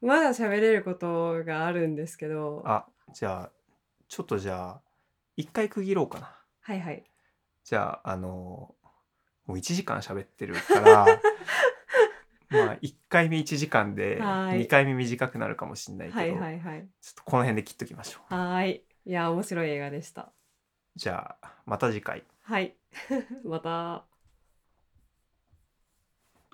まだ喋れることがあるんですけど
ーあじゃあちょっとじゃあ一回区切ろうかな
はいはい
じゃああのもう1時間喋ってるから まあ1回目1時間で
はい
2回目短くなるかもしれないけど、
はいはいはい
ちょっとこの辺で切っときましょう
はーいいや面白い映画でした
じゃあまた次回
はい また